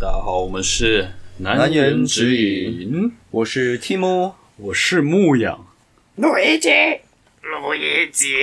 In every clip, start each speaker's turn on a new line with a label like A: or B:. A: 好，我们是
B: 男人指引，我是 Timo，
A: 我是牧羊，
C: 路易吉，路易吉，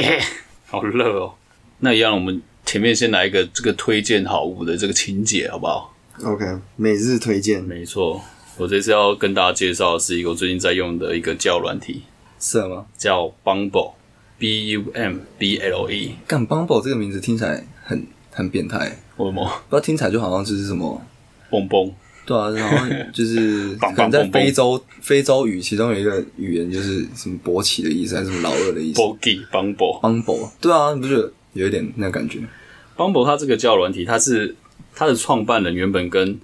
A: 好热哦。那一样，我们前面先来一个这个推荐好物的这个情节，好不好？
B: OK，每日推荐
A: 没错，我这次要跟大家介绍的是一个我最近在用的一个交友软体，
B: 什么？
A: 叫 Bumble，B U M B L E。
B: 干 Bumble 这个名字听起来很很变态，
A: 我么
B: 不知道听起来就好像就是什么，
A: 蹦蹦？
B: 对啊，好像 就是
A: 棒
B: 可
A: 棒
B: 能在
A: 蹦蹦
B: 非洲非洲语其中有一个语言就是什么勃起的意思，还是什么老二的意思
A: Boggy Bumble。
B: ？Bumble，对啊，你不觉得有一点那感觉？
A: Bumble 它这个交友软体，它是它的创办人原本跟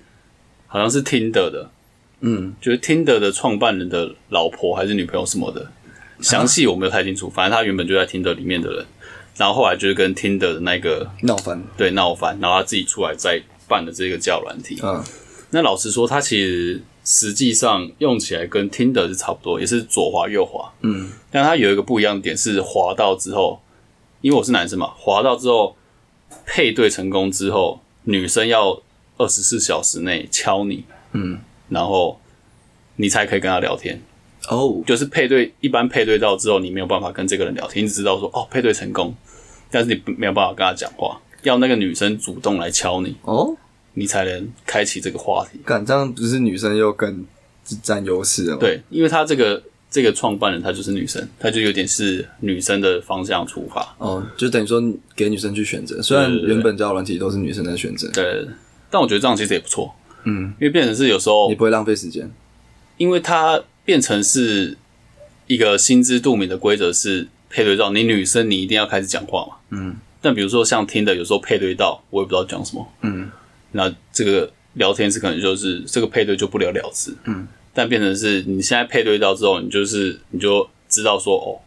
A: 好像是 Tinder 的，
B: 嗯，
A: 就是 Tinder 的创办人的老婆还是女朋友什么的，详细我没有太清楚。反正他原本就在 Tinder 里面的人，然后后来就是跟 Tinder 的那个
B: 闹翻，
A: 对闹翻，然后他自己出来再办的这个交友软体。
B: 嗯，
A: 那老实说，它其实实际上用起来跟 Tinder 是差不多，也是左滑右滑。
B: 嗯，
A: 但它有一个不一样的点是，滑到之后，因为我是男生嘛，滑到之后配对成功之后，女生要二十四小时内敲你，
B: 嗯，
A: 然后你才可以跟她聊天。
B: 哦，
A: 就是配对，一般配对到之后，你没有办法跟这个人聊天，你只知道说哦配对成功，但是你不没有办法跟他讲话，要那个女生主动来敲你，
B: 哦，
A: 你才能开启这个话题。
B: 干这样不是女生又更占优势了吗？，
A: 对，因为他这个这个创办人她就是女生，她就有点是女生的方向出发。
B: 哦，就等于说给女生去选择，虽然
A: 对对对
B: 原本交友软体都是女生在选择，
A: 对，但我觉得这样其实也不错，
B: 嗯，
A: 因为变成是有时候
B: 你，不会浪费时间。
A: 因为它变成是一个心知肚明的规则是配对到你女生你一定要开始讲话嘛，
B: 嗯。
A: 但比如说像听的，有时候配对到我也不知道讲什么，
B: 嗯，
A: 那这个聊天是可能就是这个配对就不了了之，
B: 嗯，
A: 但变成是你现在配对到之后，你就是你就知道说哦，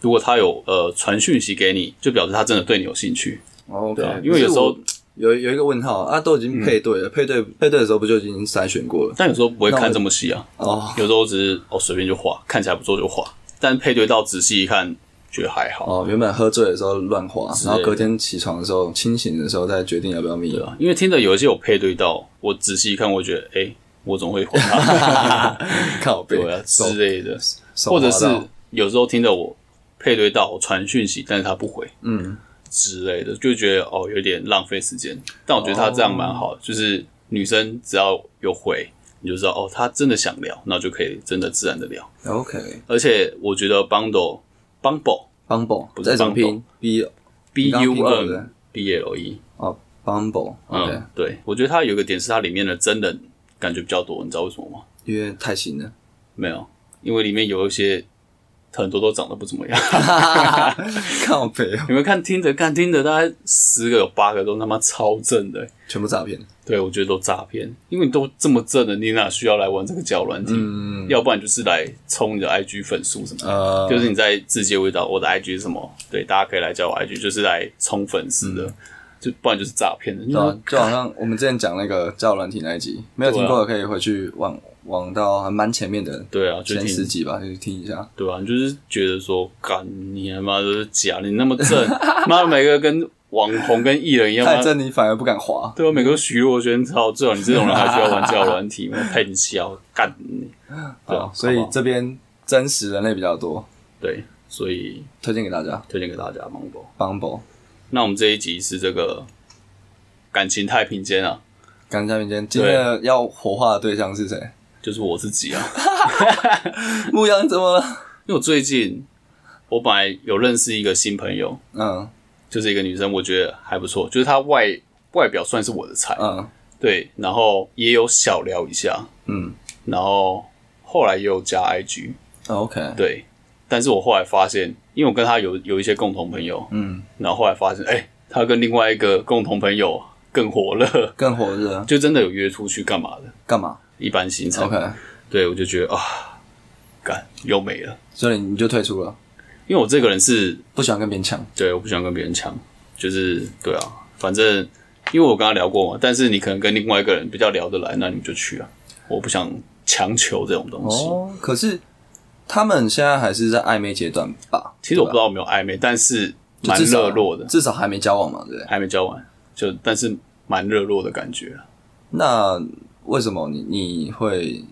A: 如果他有呃传讯息给你，就表示他真的对你有兴趣，
B: 哦
A: 对啊因为有时嗯候
B: 有有一个问号啊，都已经配对了，配对配对的时候不就已经筛选过了？
A: 但有时候不会
B: 那我
A: 看这么细啊，
B: 哦
A: 有时候只是哦随便就划，看起来不错就划，但配对到仔细一看，觉得还好，
B: 哦，原本喝醉的时候乱滑，
A: 之类
B: 然
A: 的
B: 后隔天起床的时候清醒的时候再决定要不要密
A: 对。吧？因为听着有一些有配对到，我仔细一看，我觉得哎、我怎么会划他？
B: 靠背
A: 对啊之类的，
B: 手
A: 或者是
B: 手滑到
A: 有时候听着我配对到我传讯息，但是他不回
B: 嗯，
A: 之类的，就觉得哦有点浪费时间。但我觉得他这样蛮好的，
B: 哦
A: 就是女生只要有回，你就知道哦，她真的想聊，那就可以真的自然的聊。
B: OK，
A: 而且我觉得 Bundle Bumble
B: 邦 b
A: 不
B: u
A: 是
B: 再怎么
A: Bumble
B: 拼 B
A: B
B: 你刚刚
A: U
B: 听过对不对
A: N B L E，
B: 哦 Bumble
A: 嗯
B: OK，
A: 对，我觉得它有一个点是它里面的真人感觉比较多，你知道为什么吗？
B: 因为太新了，
A: 没有，因为里面有一些很多都长得不怎么样。
B: 靠背哦，
A: 你们看听着看听着，大概十个有八个都他妈超正的欸、
B: 全部诈骗。
A: 对我觉得都诈骗，因为你都这么正了，你哪需要来玩这个交友软体？
B: 嗯，
A: 要不然就是来冲你的 IG 粉数什么的。
B: 呃，
A: 就是你在自介味道，我的 IG 是什么？对，大家可以来加我 IG，就是来冲粉丝的，就不然就是诈骗的。
B: 嗯对啊，就好像我们之前讲那个交友软体那一集，没有听过的可以回去往往到还蛮前面的
A: 对啊，就
B: 前十
A: 挺
B: 集吧，去听一下。
A: 对啊，你就是觉得说，干你他妈都是假，你那么正，妈的每个跟网红跟艺人一样，
B: 太
A: 妈
B: 正你反而不敢滑，
A: 对啊，每个都徐若瑄操，最好你这种人还需要玩交友软 体吗？太你笑，干你！对啊
B: 好，所以
A: 好不好
B: 这边真实人类比较多，
A: 对，所以
B: 推荐给大家。
A: 推荐给大家芒果。
B: Bumble，
A: 那我们这一集是这个感情太平间啊，
B: 感谢嘉宾今天今天的要火化的对 象是谁？
A: 就是我自己啊，
B: 牧羊怎么了？
A: 因为我最近我本来有认识一个新朋友，
B: 嗯
A: 就是一个女生，我觉得还不错，就是她外外表算是我的菜，
B: 嗯
A: 对，然后也有小聊一下，
B: 嗯
A: 然后后来也有加 IG，
B: 哦，OK，
A: 对，但是我后来发现，因为我跟她有有一些共同朋友，
B: 嗯，
A: 然后后来发现，哎、她跟另外一个共同朋友更火热，
B: 更火热，
A: 就真的有约出去干嘛的，
B: 干嘛
A: 一般行程。
B: ？OK，
A: 对，我就觉得啊，干又没了，
B: 所以你就退出了，
A: 因为我这个人是
B: 不喜欢跟别人抢。
A: 对，我不喜欢跟别人抢，就是对啊，反正因为我跟他聊过嘛，但是你可能跟另外一个人比较聊得来，那你们就去啊，我不想强求这种东西。
B: 哦，可是他们现在还是在暧昧阶段吧？
A: 其实我不
B: 对吧啊
A: 知道有没有暧昧，但是
B: 就
A: 蛮
B: 至少
A: 热络的，
B: 至少还没交往嘛，对不对？
A: 还没交完，就但是蛮热络的感觉啊。
B: 那为什么你你会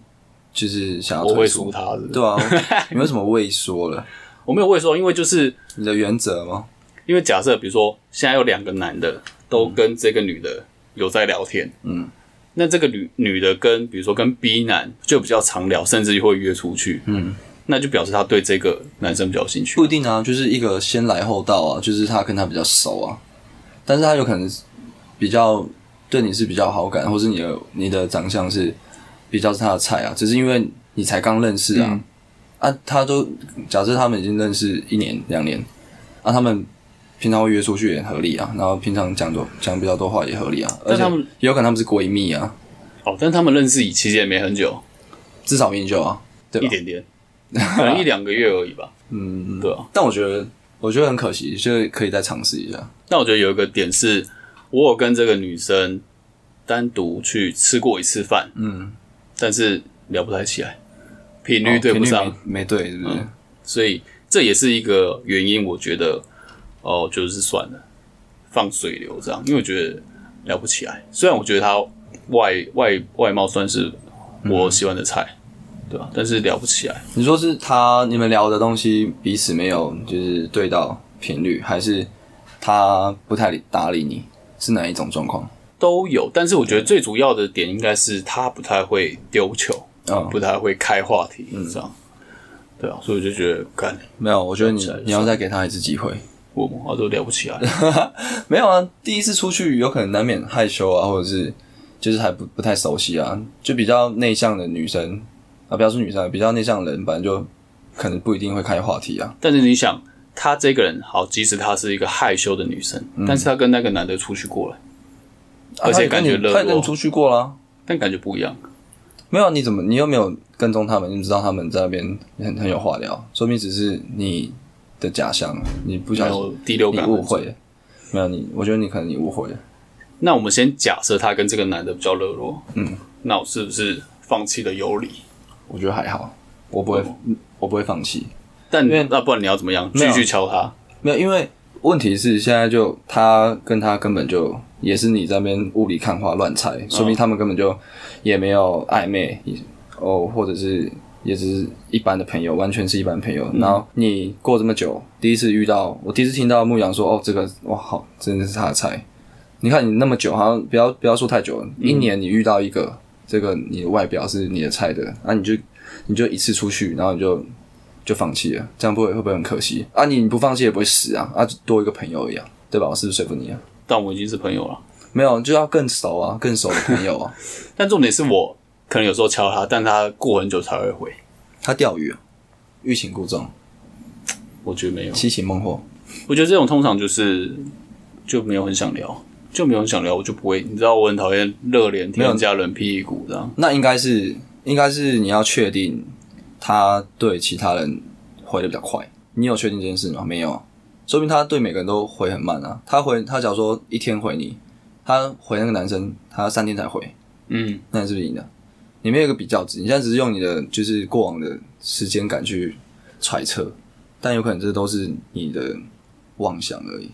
B: 就是想要
A: 我
B: 退
A: 会
B: 出
A: 输他的。
B: 哦对啊，你为什么畏缩了？
A: 我没有畏缩，因为就是
B: 你的原则吗？
A: 因为假设比如说现在有两个男的都跟这个女的有在聊天，
B: 嗯，
A: 那这个女女的跟比如说跟 B 男就比较常聊，甚至会约出去，
B: 嗯，
A: 那就表示他对这个男生比较有兴趣
B: 不。一定啊，就是一个先来后到啊，就是他跟他比较熟啊，但是他有可能比较对你是比较好感，或是你的你的长相是比较是他的菜啊，只是因为你才刚认
A: 嗯
B: 识啊，啊，他都假设他们已经认识一年两年，啊，他们平常会约出去也合理啊，然后平常讲多讲比较多话也合理啊，而
A: 但
B: 且
A: 他们
B: 也有可能他们是闺蜜啊，
A: 哦，但他们认识其实也没很久，
B: 至少研究啊，对吧？
A: 一点 点，可能一两个月而已吧。
B: 嗯，嗯
A: 对啊。
B: 但我觉得，我觉得很可惜，就是可以再尝试一下。
A: 那我觉得有一个点是，我有跟这个女生单独去吃过一次饭，
B: 嗯，哦
A: 但是聊不太起来，频率对不上，
B: 频率没没对，是不是？
A: 嗯所以这也是一个原因。我觉得哦，就是算了，放水流这样，因为我觉得聊不起来。虽然我觉得她外外外貌算是
B: 嗯
A: 我喜欢的菜，对吧、但是聊不起来。
B: 你说是他你们聊的东西彼此没有就是对到频率，还是他不太理搭理你？是哪一种状况？
A: 都有，但是我觉得最主要的点应该是她不太会丢球，
B: 嗯，
A: 不太会开话题，这样。对啊，所以我就觉得，干
B: 没有，我觉得你
A: 起来就
B: 你要再给他一次机会。
A: 我们话都聊不起来。
B: 没有啊，第一次出去有可能难免害羞啊，或者是就是还不不太熟悉啊，就比较内向的女生啊，不要说女生啊，比较内向的人，反正就可能不一定会开话题啊。
A: 但是你想，她这个人好，即使她是一个害羞的女生，
B: 嗯
A: 但是她跟那个男的出去过了，而且感觉
B: 啊他也跟
A: 热
B: 你他也跟你
A: 络，
B: 出去过啊啦。
A: 但感觉不一样。
B: 没有啊，你怎么你又没有跟踪他们？你不知道他们在那边很很有话聊，说明只是你的假象，你不
A: 然
B: 小
A: 后
B: 心
A: 第六
B: 你
A: 感
B: 误。会了。没有你，我觉得你可能你误会了。
A: 那我们先假设她跟这个男的比较热络，
B: 嗯，
A: 那我是不是放弃了有理？
B: 我觉得还好，我不会，我不会放弃。
A: 但
B: 为
A: 那不然你要怎么样？
B: 没
A: 继
B: 有
A: 续敲他？
B: 没有，因为问题是现在就他跟他根本就也是你这边雾里看花乱猜，说明他们根本就也没有暧昧，也哦，或者是也只是一般的朋友，完全是一般朋友。然后你过这么久，第一次遇到，我第一次听到牧羊说，哦，这个哇好，真的是他的菜。你看你那么久，好像不要不要说太久了，一年你遇到一个这个你的外表是你的菜的，那、你就你就一次出去，然后你就就放弃了，这样不会会不会很可惜啊？你你不放弃也不会死啊，啊，就多一个朋友一样，对吧？我是不是说服你啊？
A: 但我们已经是朋友了。
B: 没有，就要更熟啊，更熟的朋友啊。
A: 但重点是我可能有时候敲他，但他过很久才会回。
B: 他钓鱼、啊，欲擒故纵，
A: 我觉得没有，
B: 七擒孟获。
A: 我觉得这种通常就是就没有很想聊，就没有很想聊，我就不会。你知道我很讨厌热脸贴人家冷屁股这样。
B: 那应该是应该是你要确定他对其他人回的比较快。你有确定这件事吗？没有啊，说明他对每个人都回很慢啊。他回他假如说一天回你，他回那个男生他三天才回，
A: 嗯，
B: 那你是不是赢了？你没有一个比较值，你现在只是用你的就是过往的时间感去揣测，但有可能这都是你的妄想而已。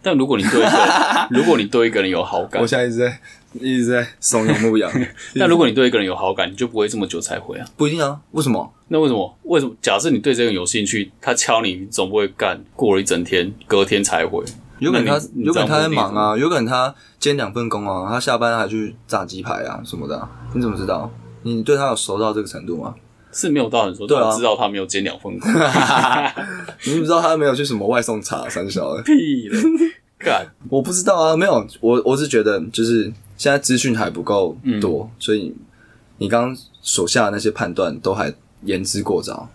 A: 但如果你 对一个，如果你对一个人有好感
B: 我，现在一直在一直在怂恿 牧羊，
A: 但如果你对一个人有好感，你就不会这么久才回啊。
B: 不一定啊，为什么？
A: 那为什么？为什么？假设你对这个人有兴趣，他敲你，你总不会干过了一整天，隔天才回。
B: 有可能他
A: 那你
B: 有可能他在忙，
A: 你这样目的是什么
B: 啊，有可能他兼两份工啊，他下班还去炸鸡排啊什么的啊、你怎么知道？你对他有熟到这个程度吗？
A: 是没有到很说，
B: 对啊
A: 但我知道他没有兼两 份工，
B: 你不知道他没有去什么外送茶三 小的？
A: 屁了，干
B: 我不知道啊，没有，我我是觉得就是现在资讯还不够多，
A: 嗯
B: 所以你刚刚手下的那些判断都还言之过早，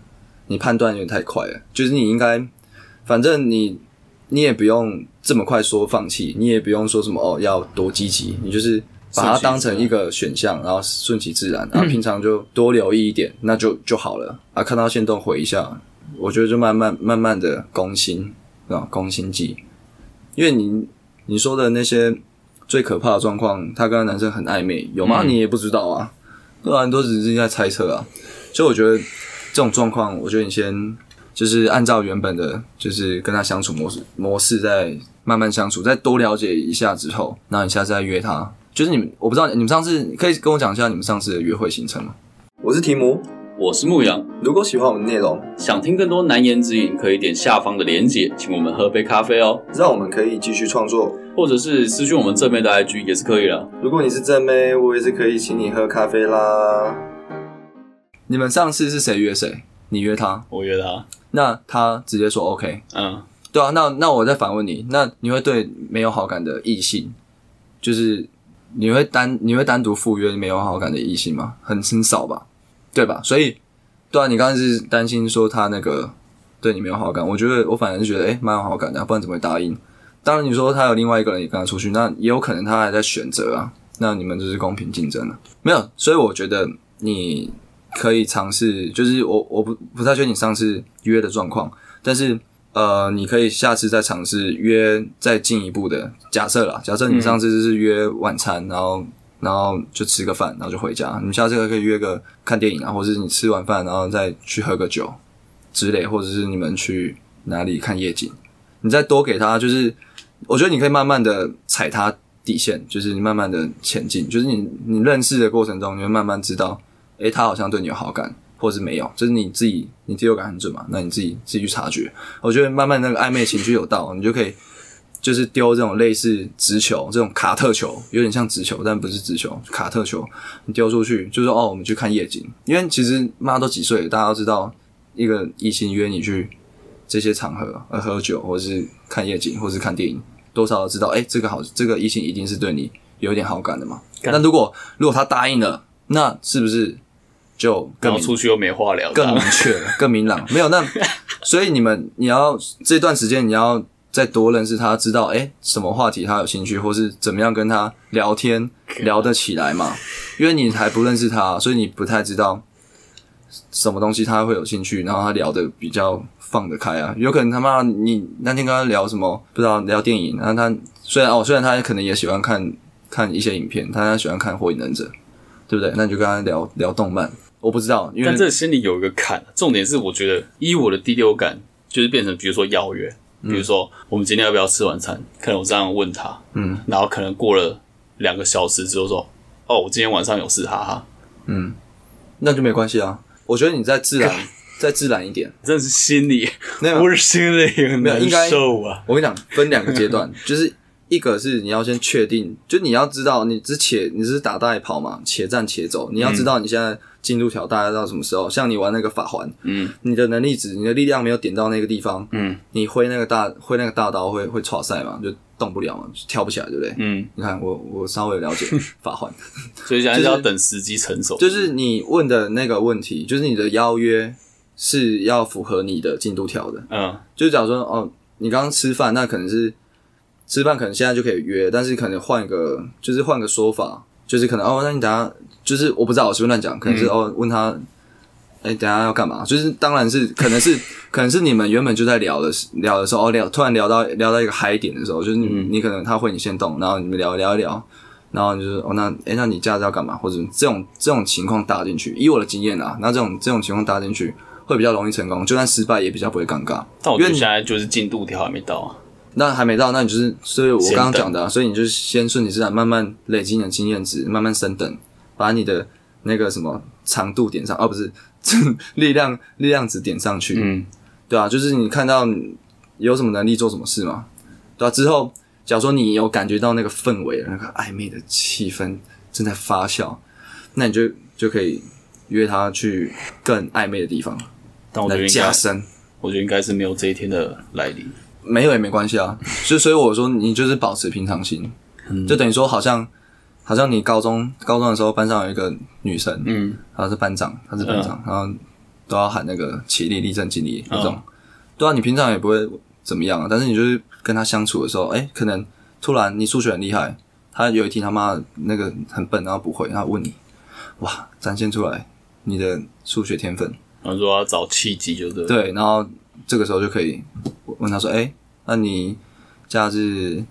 B: 你判断有点太快了。就是你应该，反正你你也不用这么快说放弃，你也不用说什么哦要多积极，你就是把它当成一个选项，然后顺其自然，然后平常就多留意一点，那就就好了啊。看到线动回一下，我觉得就慢慢慢慢的攻心啊，攻心计，因为你你说的那些最可怕的状况，他跟那男生很暧昧，有吗？
A: 嗯
B: 你也不知道啊，对啊，你都只是在猜测啊。所以我觉得这种状况，我觉得你先就是按照原本的，就是跟他相处模式模式，再慢慢相处，再多了解一下之后，那你下次再约他，就是你们，我不知道你们上次可以跟我讲一下你们上次的约会行程吗？我是提姆，
A: 我是牧羊，
B: 如果喜欢我们的内容，
A: 想听更多难言之隐，可以点下方的连结，请我们喝杯咖啡哦，
B: 让我们可以继续创作。
A: 或者是私讯我们正妹的 IG 也是可以的。
B: 如果你是正妹，我也是可以请你喝咖啡啦。你们上次是谁约谁？你约他，
A: 我约他，
B: 那他直接说 OK，
A: 嗯，
B: 对啊，那那我再反问你，那你会对没有好感的异性，就是你会单你会单独赴约没有好感的异性吗？很很少吧，对吧？所以，对啊，你刚才是担心说他那个对你没有好感，我觉得我反而是觉得诶蛮、有好感的啊、不然怎么会答应？当然你说他有另外一个人也跟他出去，那也有可能他还在选择啊，那你们就是公平竞争了、啊没有，所以我觉得你可以尝试，就是我我不不太确定你上次约的状况，但是呃，你可以下次再尝试约再进一步的假设啦。假设你上次就是约晚餐，然后然后就吃个饭，然后就回家。你下次可以约个看电影啊，或者是你吃完饭然后再去喝个酒之类，或者是你们去哪里看夜景。你再多给他，就是我觉得你可以慢慢的踩他底线，就是你慢慢的前进，就是你你认识的过程中，你会慢慢知道，诶、他好像对你有好感，或是没有，就是你自己你第六感很准嘛，那你自己自己去察觉。我觉得慢慢那个暧昧情绪有到，你就可以就是丢这种类似直球这种卡特球，有点像直球，但不是直球，卡特球，你丢出去就说哦，我们去看夜景，因为其实妈都几岁了，大家都知道一个异性约你去这些场合呃喝酒，或是看夜景，或是看电影，多少都知道，哎、这个好，这个异性一定是对你有点好感的嘛。那如果如果他答应了，那是不是就
A: 然
B: 更
A: 后
B: 明
A: 出去又没话聊，
B: 更明确、更明朗。没有那，所以你们你要这段时间你要再多认识他，知道诶什么话题他有兴趣，或是怎么样跟他聊天聊得起来嘛。因为你还不认识他，所以你不太知道什么东西他会有兴趣，然后他聊的比较放得开啊。有可能他妈你那天跟他聊什么，不知道聊电影，然后他虽然哦，虽然他可能也喜欢看看一些影片，但他喜欢看《火影忍者》。对不对？那你就跟他聊聊动漫，我不知道，因为
A: 但这心里有一个坎。重点是，我觉得依我的第六感，就是变成比如说邀约，比如说我们今天要不要吃晚餐？可能我这样问他，
B: 嗯，
A: 然后可能过了两个小时之后说，哦，我今天晚上有事，哈哈，
B: 那就没关系啊。我觉得你再自 然，再自然一点。
A: 真的是心里，
B: 没有
A: 不是心里很
B: 没有
A: 难
B: 应该
A: 受啊。
B: 我跟你讲，分两个阶 段，就是一个是你要先确定，就你要知道你之前你是打带跑嘛，且战且走。你要
A: 嗯
B: 知道你现在进度条大概到什么时候。像你玩那个法环，
A: 嗯，
B: 你的能力值、你的力量没有点到那个地方，
A: 嗯，
B: 你挥那个大挥那个大刀会会垮赛嘛，就动不了嘛，就跳不起来，对不对？
A: 嗯，
B: 你看我我稍 微了解法环，
A: 所以现在是
B: 就是
A: 要等时机成熟，
B: 就是你问的那个问题，就是你的邀约是要符合你的进度条的。
A: 嗯
B: 就假如说哦，你刚刚吃饭，那可能是吃饭，可能现在就可以约，但是可能换一个，就是换个说法，就是可能哦，那你等下就是我不知道，我随便乱讲，可能是、哦问他，哎、等下要干嘛？就是当然是可能是可能是你们原本就在聊的时聊的时候，哦聊突然聊到聊到一个嗨点的时候，就是你、你可能他会你先动，然后你们聊聊一聊。然后你就是哦，那哎，那你假日要干嘛？或者这种这种情况搭进去，以我的经验啊，那这种这种情况搭进去会比较容易成功，就算失败也比较不会尴尬。
A: 但我觉
B: 因为
A: 得
B: 你
A: 现在就是进度条还没到啊。
B: 那还没到，那你就是，所以我刚刚讲的、啊，所以你就是先顺其自然，慢慢累积你的经验值，慢慢升等，把你的那个什么长度点上，哦，不是 力量力量值点上去，
A: 嗯，
B: 对啊，就是你看到有什么能力做什么事嘛，对啊，之后假如说你有感觉到那个氛围，那个暧昧的气氛正在发酵，那你就就可以约他去更暧昧的地方，
A: 但我觉得
B: 来
A: 应该
B: 加，深。
A: 我觉得应该是没有这一天的来临。
B: 没有也没关系啊。所以所以我说你就是保持平常心，就等于说好像好像你高中高中的时候班上有一个女生，
A: 嗯，
B: 她是班长，她是班长，然后都要喊那个起立立正敬礼那种。对啊，你平常也不会怎么样啊，但是你就是跟她相处的时候，哎、可能突然你数学很厉害，她有一题他妈那个很笨，然后不会，然后问你，哇，展现出来你的数学天分。
A: 然后说要找契机，就是
B: 对，然后这个时候就可以问他说：“哎、那你假日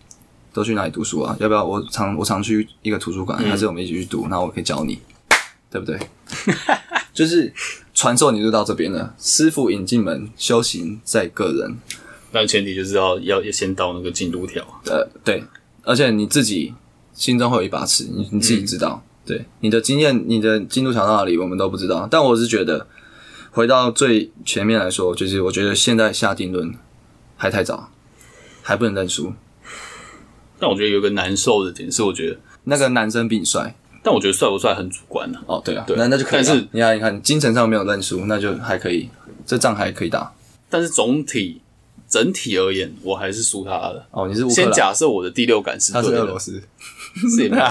B: 都去哪里读书啊？要不要我常我常去一个图书馆，还是我们一起去读？然后我可以教你，对不对？” 就是传授你就到这边了。师傅引进门，修行在个人。
A: 但前提就是要要要先到那个进度条。啊
B: 呃，对，而且你自己心中会有一把尺，你你自己知道。对你的经验，你的进度条到哪里，我们都不知道。但我是觉得，回到最前面来说，就是我觉得现在下定论还太早，还不能认输。
A: 但我觉得有一个难受的点是，我觉得，
B: 那个男生比你帅
A: 但我觉得帅不帅很主观呢、
B: 哦，对啊，
A: 对
B: 那那就可以啊。
A: 但是
B: 你看，你看，精神上没有认输，那就还可以，这仗还可以打。
A: 但是总体整体而言，我还是输他的。
B: 哦，你是乌克
A: 先
B: 兰，
A: 假设我的第六感是
B: 他
A: 对
B: 是俄
A: 的
B: 罗，斯，
A: 是也 没有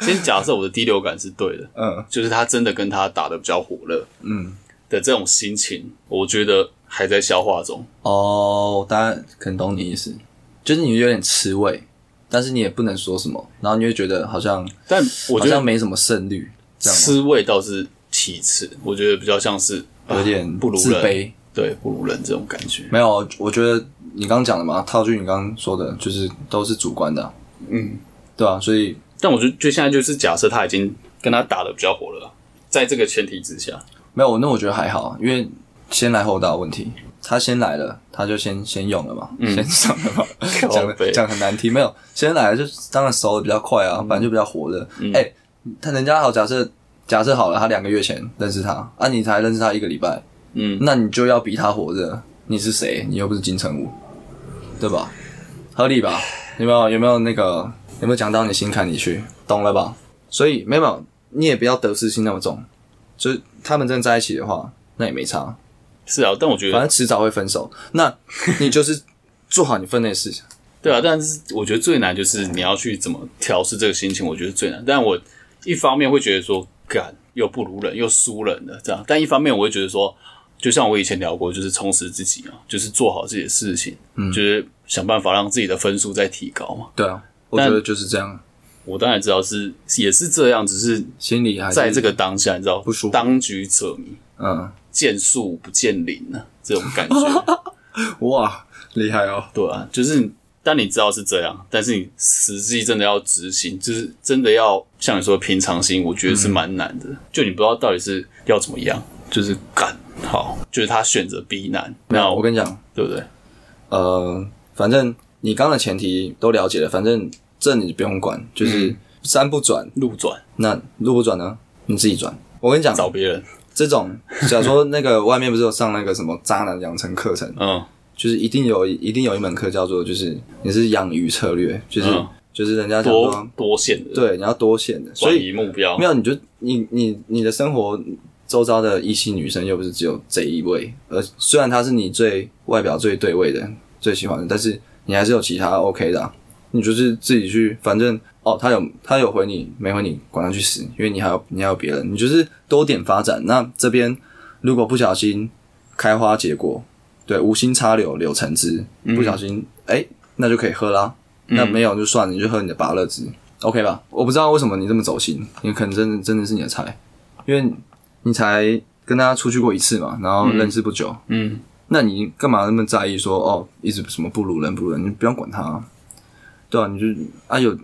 A: 先假设我的第六感是对的，
B: 嗯
A: 就是他真的跟他打的比较火热
B: 嗯。
A: 的这种心情，我觉得还在消化中。
B: 哦，大家可能懂你意思，就是你有点吃味，但是你也不能说什么，然后你会觉得好像
A: 但我觉
B: 好像
A: 得
B: 没什么胜率，这样吗
A: 吃味倒是其次，我觉得比较像是啊
B: 有点
A: 不如
B: 自
A: 人，
B: 卑。
A: 对不如人这种感觉。
B: 没有，我觉得你刚讲的嘛，套句你刚刚说的，就是都是主观的啊、
A: 嗯，
B: 对啊，所以
A: 但我觉得就现在就是假设他已经跟他打的比较火热了，在这个前提之下，
B: 没有，那我觉得还好，因为先来后到的问题，他先来了，他就先先用了嘛，先上了嘛，讲
A: 嗯 靠
B: 得
A: 北嗯
B: 讲很难听，没有，先来了就是当然熟的比较快啊，反正就比较活的。哎、他人家好，假设假设好了，他两个月前认识他，啊，你才认识他一个礼拜，
A: 嗯，
B: 那你就要比他活着，你是谁？你又不是金城武，对吧？合理吧？有没有有没有那个有没有讲到你心坎里去？懂了吧？所以没有没有，你也不要得失心那么重。就是他们真的在一起的话，那也没差，
A: 是啊，但我觉
B: 反
A: 得
B: 正迟早会分手。那你就是做好你分内的事 情。
A: 对啊，但是我觉得最难就是你要去怎么调试这个心情，我觉得最难。但我一方面会觉得说，干又不如人，又输人了这样，但一方面我会觉得说，就像我以前聊过，就是充实自己啊，就是做好自己的事情，
B: 嗯
A: 就是想办法让自己的分数再提高嘛。
B: 对啊，我觉
A: 但
B: 得就是这样，
A: 我当然知道是也是这样，只是
B: 心里还是
A: 在这个当下，你知道，
B: 舒服
A: 当局者迷，
B: 嗯，
A: 见树不见林呢、啊，这种感 觉。
B: 哇，厉害哦。
A: 对啊，就是当你知道是这样，但是你实际真的要执行，就是真的要像你说的平常心，我觉得是蛮难
B: 嗯
A: 的。就你不知道到底是要怎么样，就是干好，就是他选择避难，那
B: 我跟你讲，
A: 对不对？
B: 呃，反正你刚刚的前提都了解了，反正这你不用管，
A: 嗯
B: 就是山不转，
A: 路转
B: 那路不转呢，你自己转。我跟你讲，
A: 找别人，
B: 这种，假如说那个外面不是有上那个什么渣男养成课程，
A: 嗯
B: 就是一定有一定有一门课叫做就是你是养鱼策略，就是、
A: 嗯
B: 就是人家讲
A: 多
B: 说，
A: 多线的，，
B: 对，你要多线的，所
A: 转
B: 以
A: 移目标
B: 没，有你就你你你的生活周遭的异性女生又不是只有这一位，而虽然她是你最外表最对位的、最喜欢的，但是你还是有其他 OK 的啊、你就是自己去，反正哦，他有他有回你，没回你，管他去死，因为你还有你还有别人，你就是多点发展。那这边如果不小心开花结果，对，无心插柳柳成枝，不小心哎、那就可以喝啦。那没有就算了，你就喝你的芭乐汁，OK 吧？我不知道为什么你这么走心，你可能真的真的是你的菜，因为你才跟大家出去过一次嘛，然后认识不久，
A: 嗯，
B: 那你干嘛那么在意说哦，一直什么不如人不如人，你不要管他、啊，对啊，你就啊有，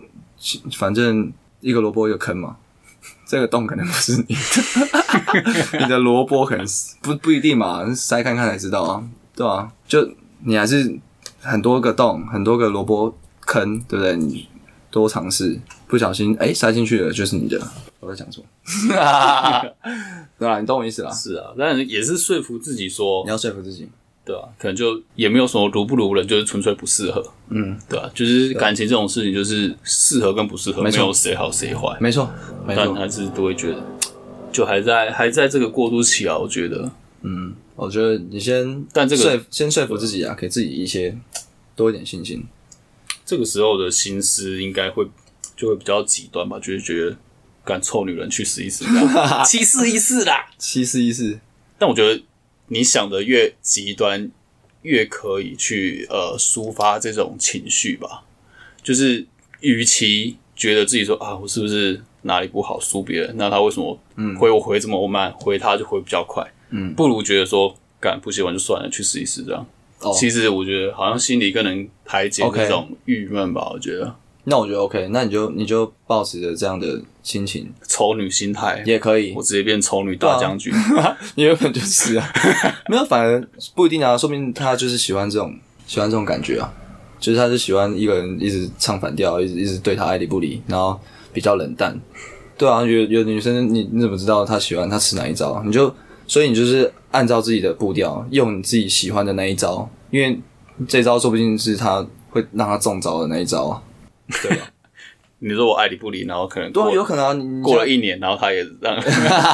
B: 反正一个萝卜一个坑嘛， 这个洞可能不是你的，你 的萝卜可能是不不一定嘛，筛看看才知道啊，对啊，就你还是很多个洞，很多个萝卜坑，对不对？你多尝试，不小心哎塞进去了就是你的，我在讲什么？ 对啊，你懂我意思啦，
A: 是啊，但也是说服自己说
B: 你，要说服自己，
A: 对啊，可能就也没有什么如不如人，就是纯粹不适合，
B: 嗯，
A: 对啊，就是感情这种事情，就是适合跟不适合，
B: 没
A: 没
B: 错
A: 有谁好谁坏，
B: 没错，没
A: 但
B: 错。
A: 还是都会觉得，就还在还在这个过渡期啊，我觉得，
B: 我觉得你先，
A: 但这个
B: 说先说服自己啊，给自己一些多一点信心。
A: 这个时候的心思应该会就会比较极端吧，就是觉得敢臭女人去试一试，这 样七试一试啦。
B: 七四一四，
A: 但我觉得你想的越极端，越可以去呃抒发这种情绪吧。就是与其觉得自己说啊，我是不是哪里不好输别人，那他为什么回我回这么慢，回他就回比较快，
B: 嗯
A: 不如觉得说敢不喜欢就算了，去试一试这样。
B: 哦，
A: 其实我觉得好像心里更能排解
B: OK
A: 这种郁闷吧。我觉得
B: 那我觉得 OK，那你就你就保持着这样的心情
A: 丑女心态，
B: 也可以
A: 我。直接变丑女大将军。
B: 你原本 就是啊，没有，反而不一定啊，说明他就是喜欢这种喜欢这种感觉啊。就是他是喜欢一个人一直唱反调，一直一直对他爱理不理，然后比较冷淡。对啊，有有的女生你你怎么知道她喜欢她吃哪一招？啊你就所以你就是按照自己的步调，用你自己喜欢的那一招，因为这招说不定是她会让她中招的那一招啊。对吧？
A: 你说我爱理不理，然后可能
B: 对啊，
A: 过
B: 有可能啊。你你
A: 过
B: 像
A: 了一年，然后他也 让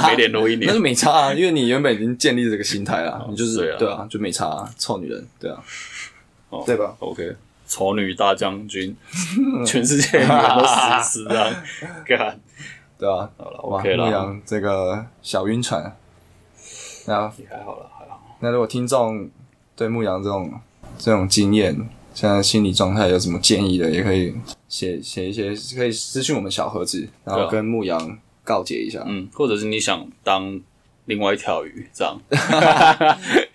A: 没联络一
B: 那
A: 年
B: 就，没差啊，因为你原本已经建立这个心态了，你就是
A: 对啊
B: 啊，就没差、啊，臭女人，对啊，
A: 哦
B: 对吧？
A: OK，丑女大将军，全世界的女人都死死这样，干
B: 对啊，
A: 好了
B: 哇，
A: ，OK
B: 牧
A: 了，
B: 羊这个小晕船，那
A: 也还好了，还好。
B: 那如果听众对牧羊这种这种经验，现在心理状态有什么建议的，也可以写写一些，可以私信我们小盒子，
A: 对
B: 然后
A: 啊
B: 跟牧羊告解一下，
A: 嗯，或者是你想当另外一条鱼这 样，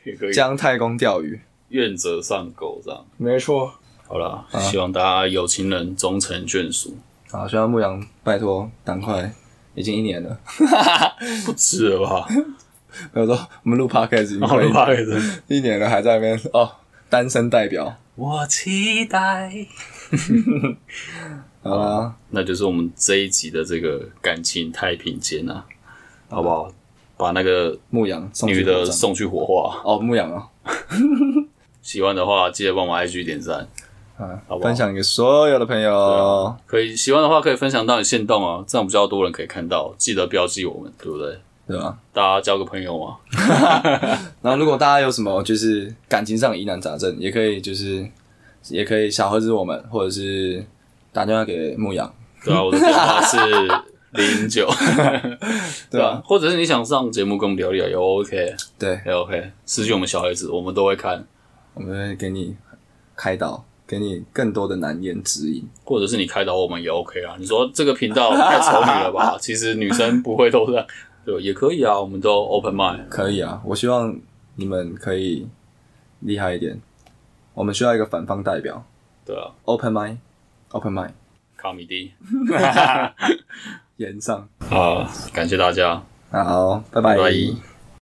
A: 也可以
B: 将太公钓鱼，
A: 愿者上钩这样。
B: 没错。
A: 好啦，
B: 啊
A: 希望大家有情人终成眷属，
B: 好，希望牧羊拜托赶快，已经一年 了，
A: 不吃了吧？
B: 我说我哦们录 podcast 已经
A: 好
B: 快
A: 了
B: 一
A: 吧，也是。
B: 一年了还在那边哦，单身代表。
A: 我期待，
B: 好啦，
A: 那就是我们这一集的这个感情太平间啊，好不好？把那个
B: 牧羊送去
A: 女的
B: 火葬
A: 送去火化，
B: 哦，牧羊哦，
A: 喜欢的话记得帮我们 IG 点赞。
B: 嗯
A: 好不好
B: 分享给所有的朋友。
A: 可以喜欢的话，可以分享到你线动啊，这样比较多人可以看到。记得标记我们，对不对？啊
B: 对吧？
A: 大家交个朋友嘛。
B: 然后，如果大家有什么就是感情上的疑难杂症，也可以就是也可以小盒子我们，或者是打电话给牧羊，
A: 对啊，我的电话是零 九，
B: 对啊吧？
A: 或者是你想上节目跟我们聊聊也 OK，
B: 对，
A: 也 OK，私讯我们小孩子，我们都会看。
B: 我们会给你开导，给你更多的难言之隐。
A: 或者是你开导我们也 OK 啊。你说这个频道太丑女了 吧？其实女生不会都这样，对，也可以啊，我们都 open mind。
B: 可以啊，我希望你们可以厉害一点。我们需要一个反方代表
A: 对啊，
B: ，open mind，open mind，
A: 卡米蒂
B: 言上。
A: 啊，感谢大家，
B: 好，拜
A: 拜
B: 拜。
A: 拜。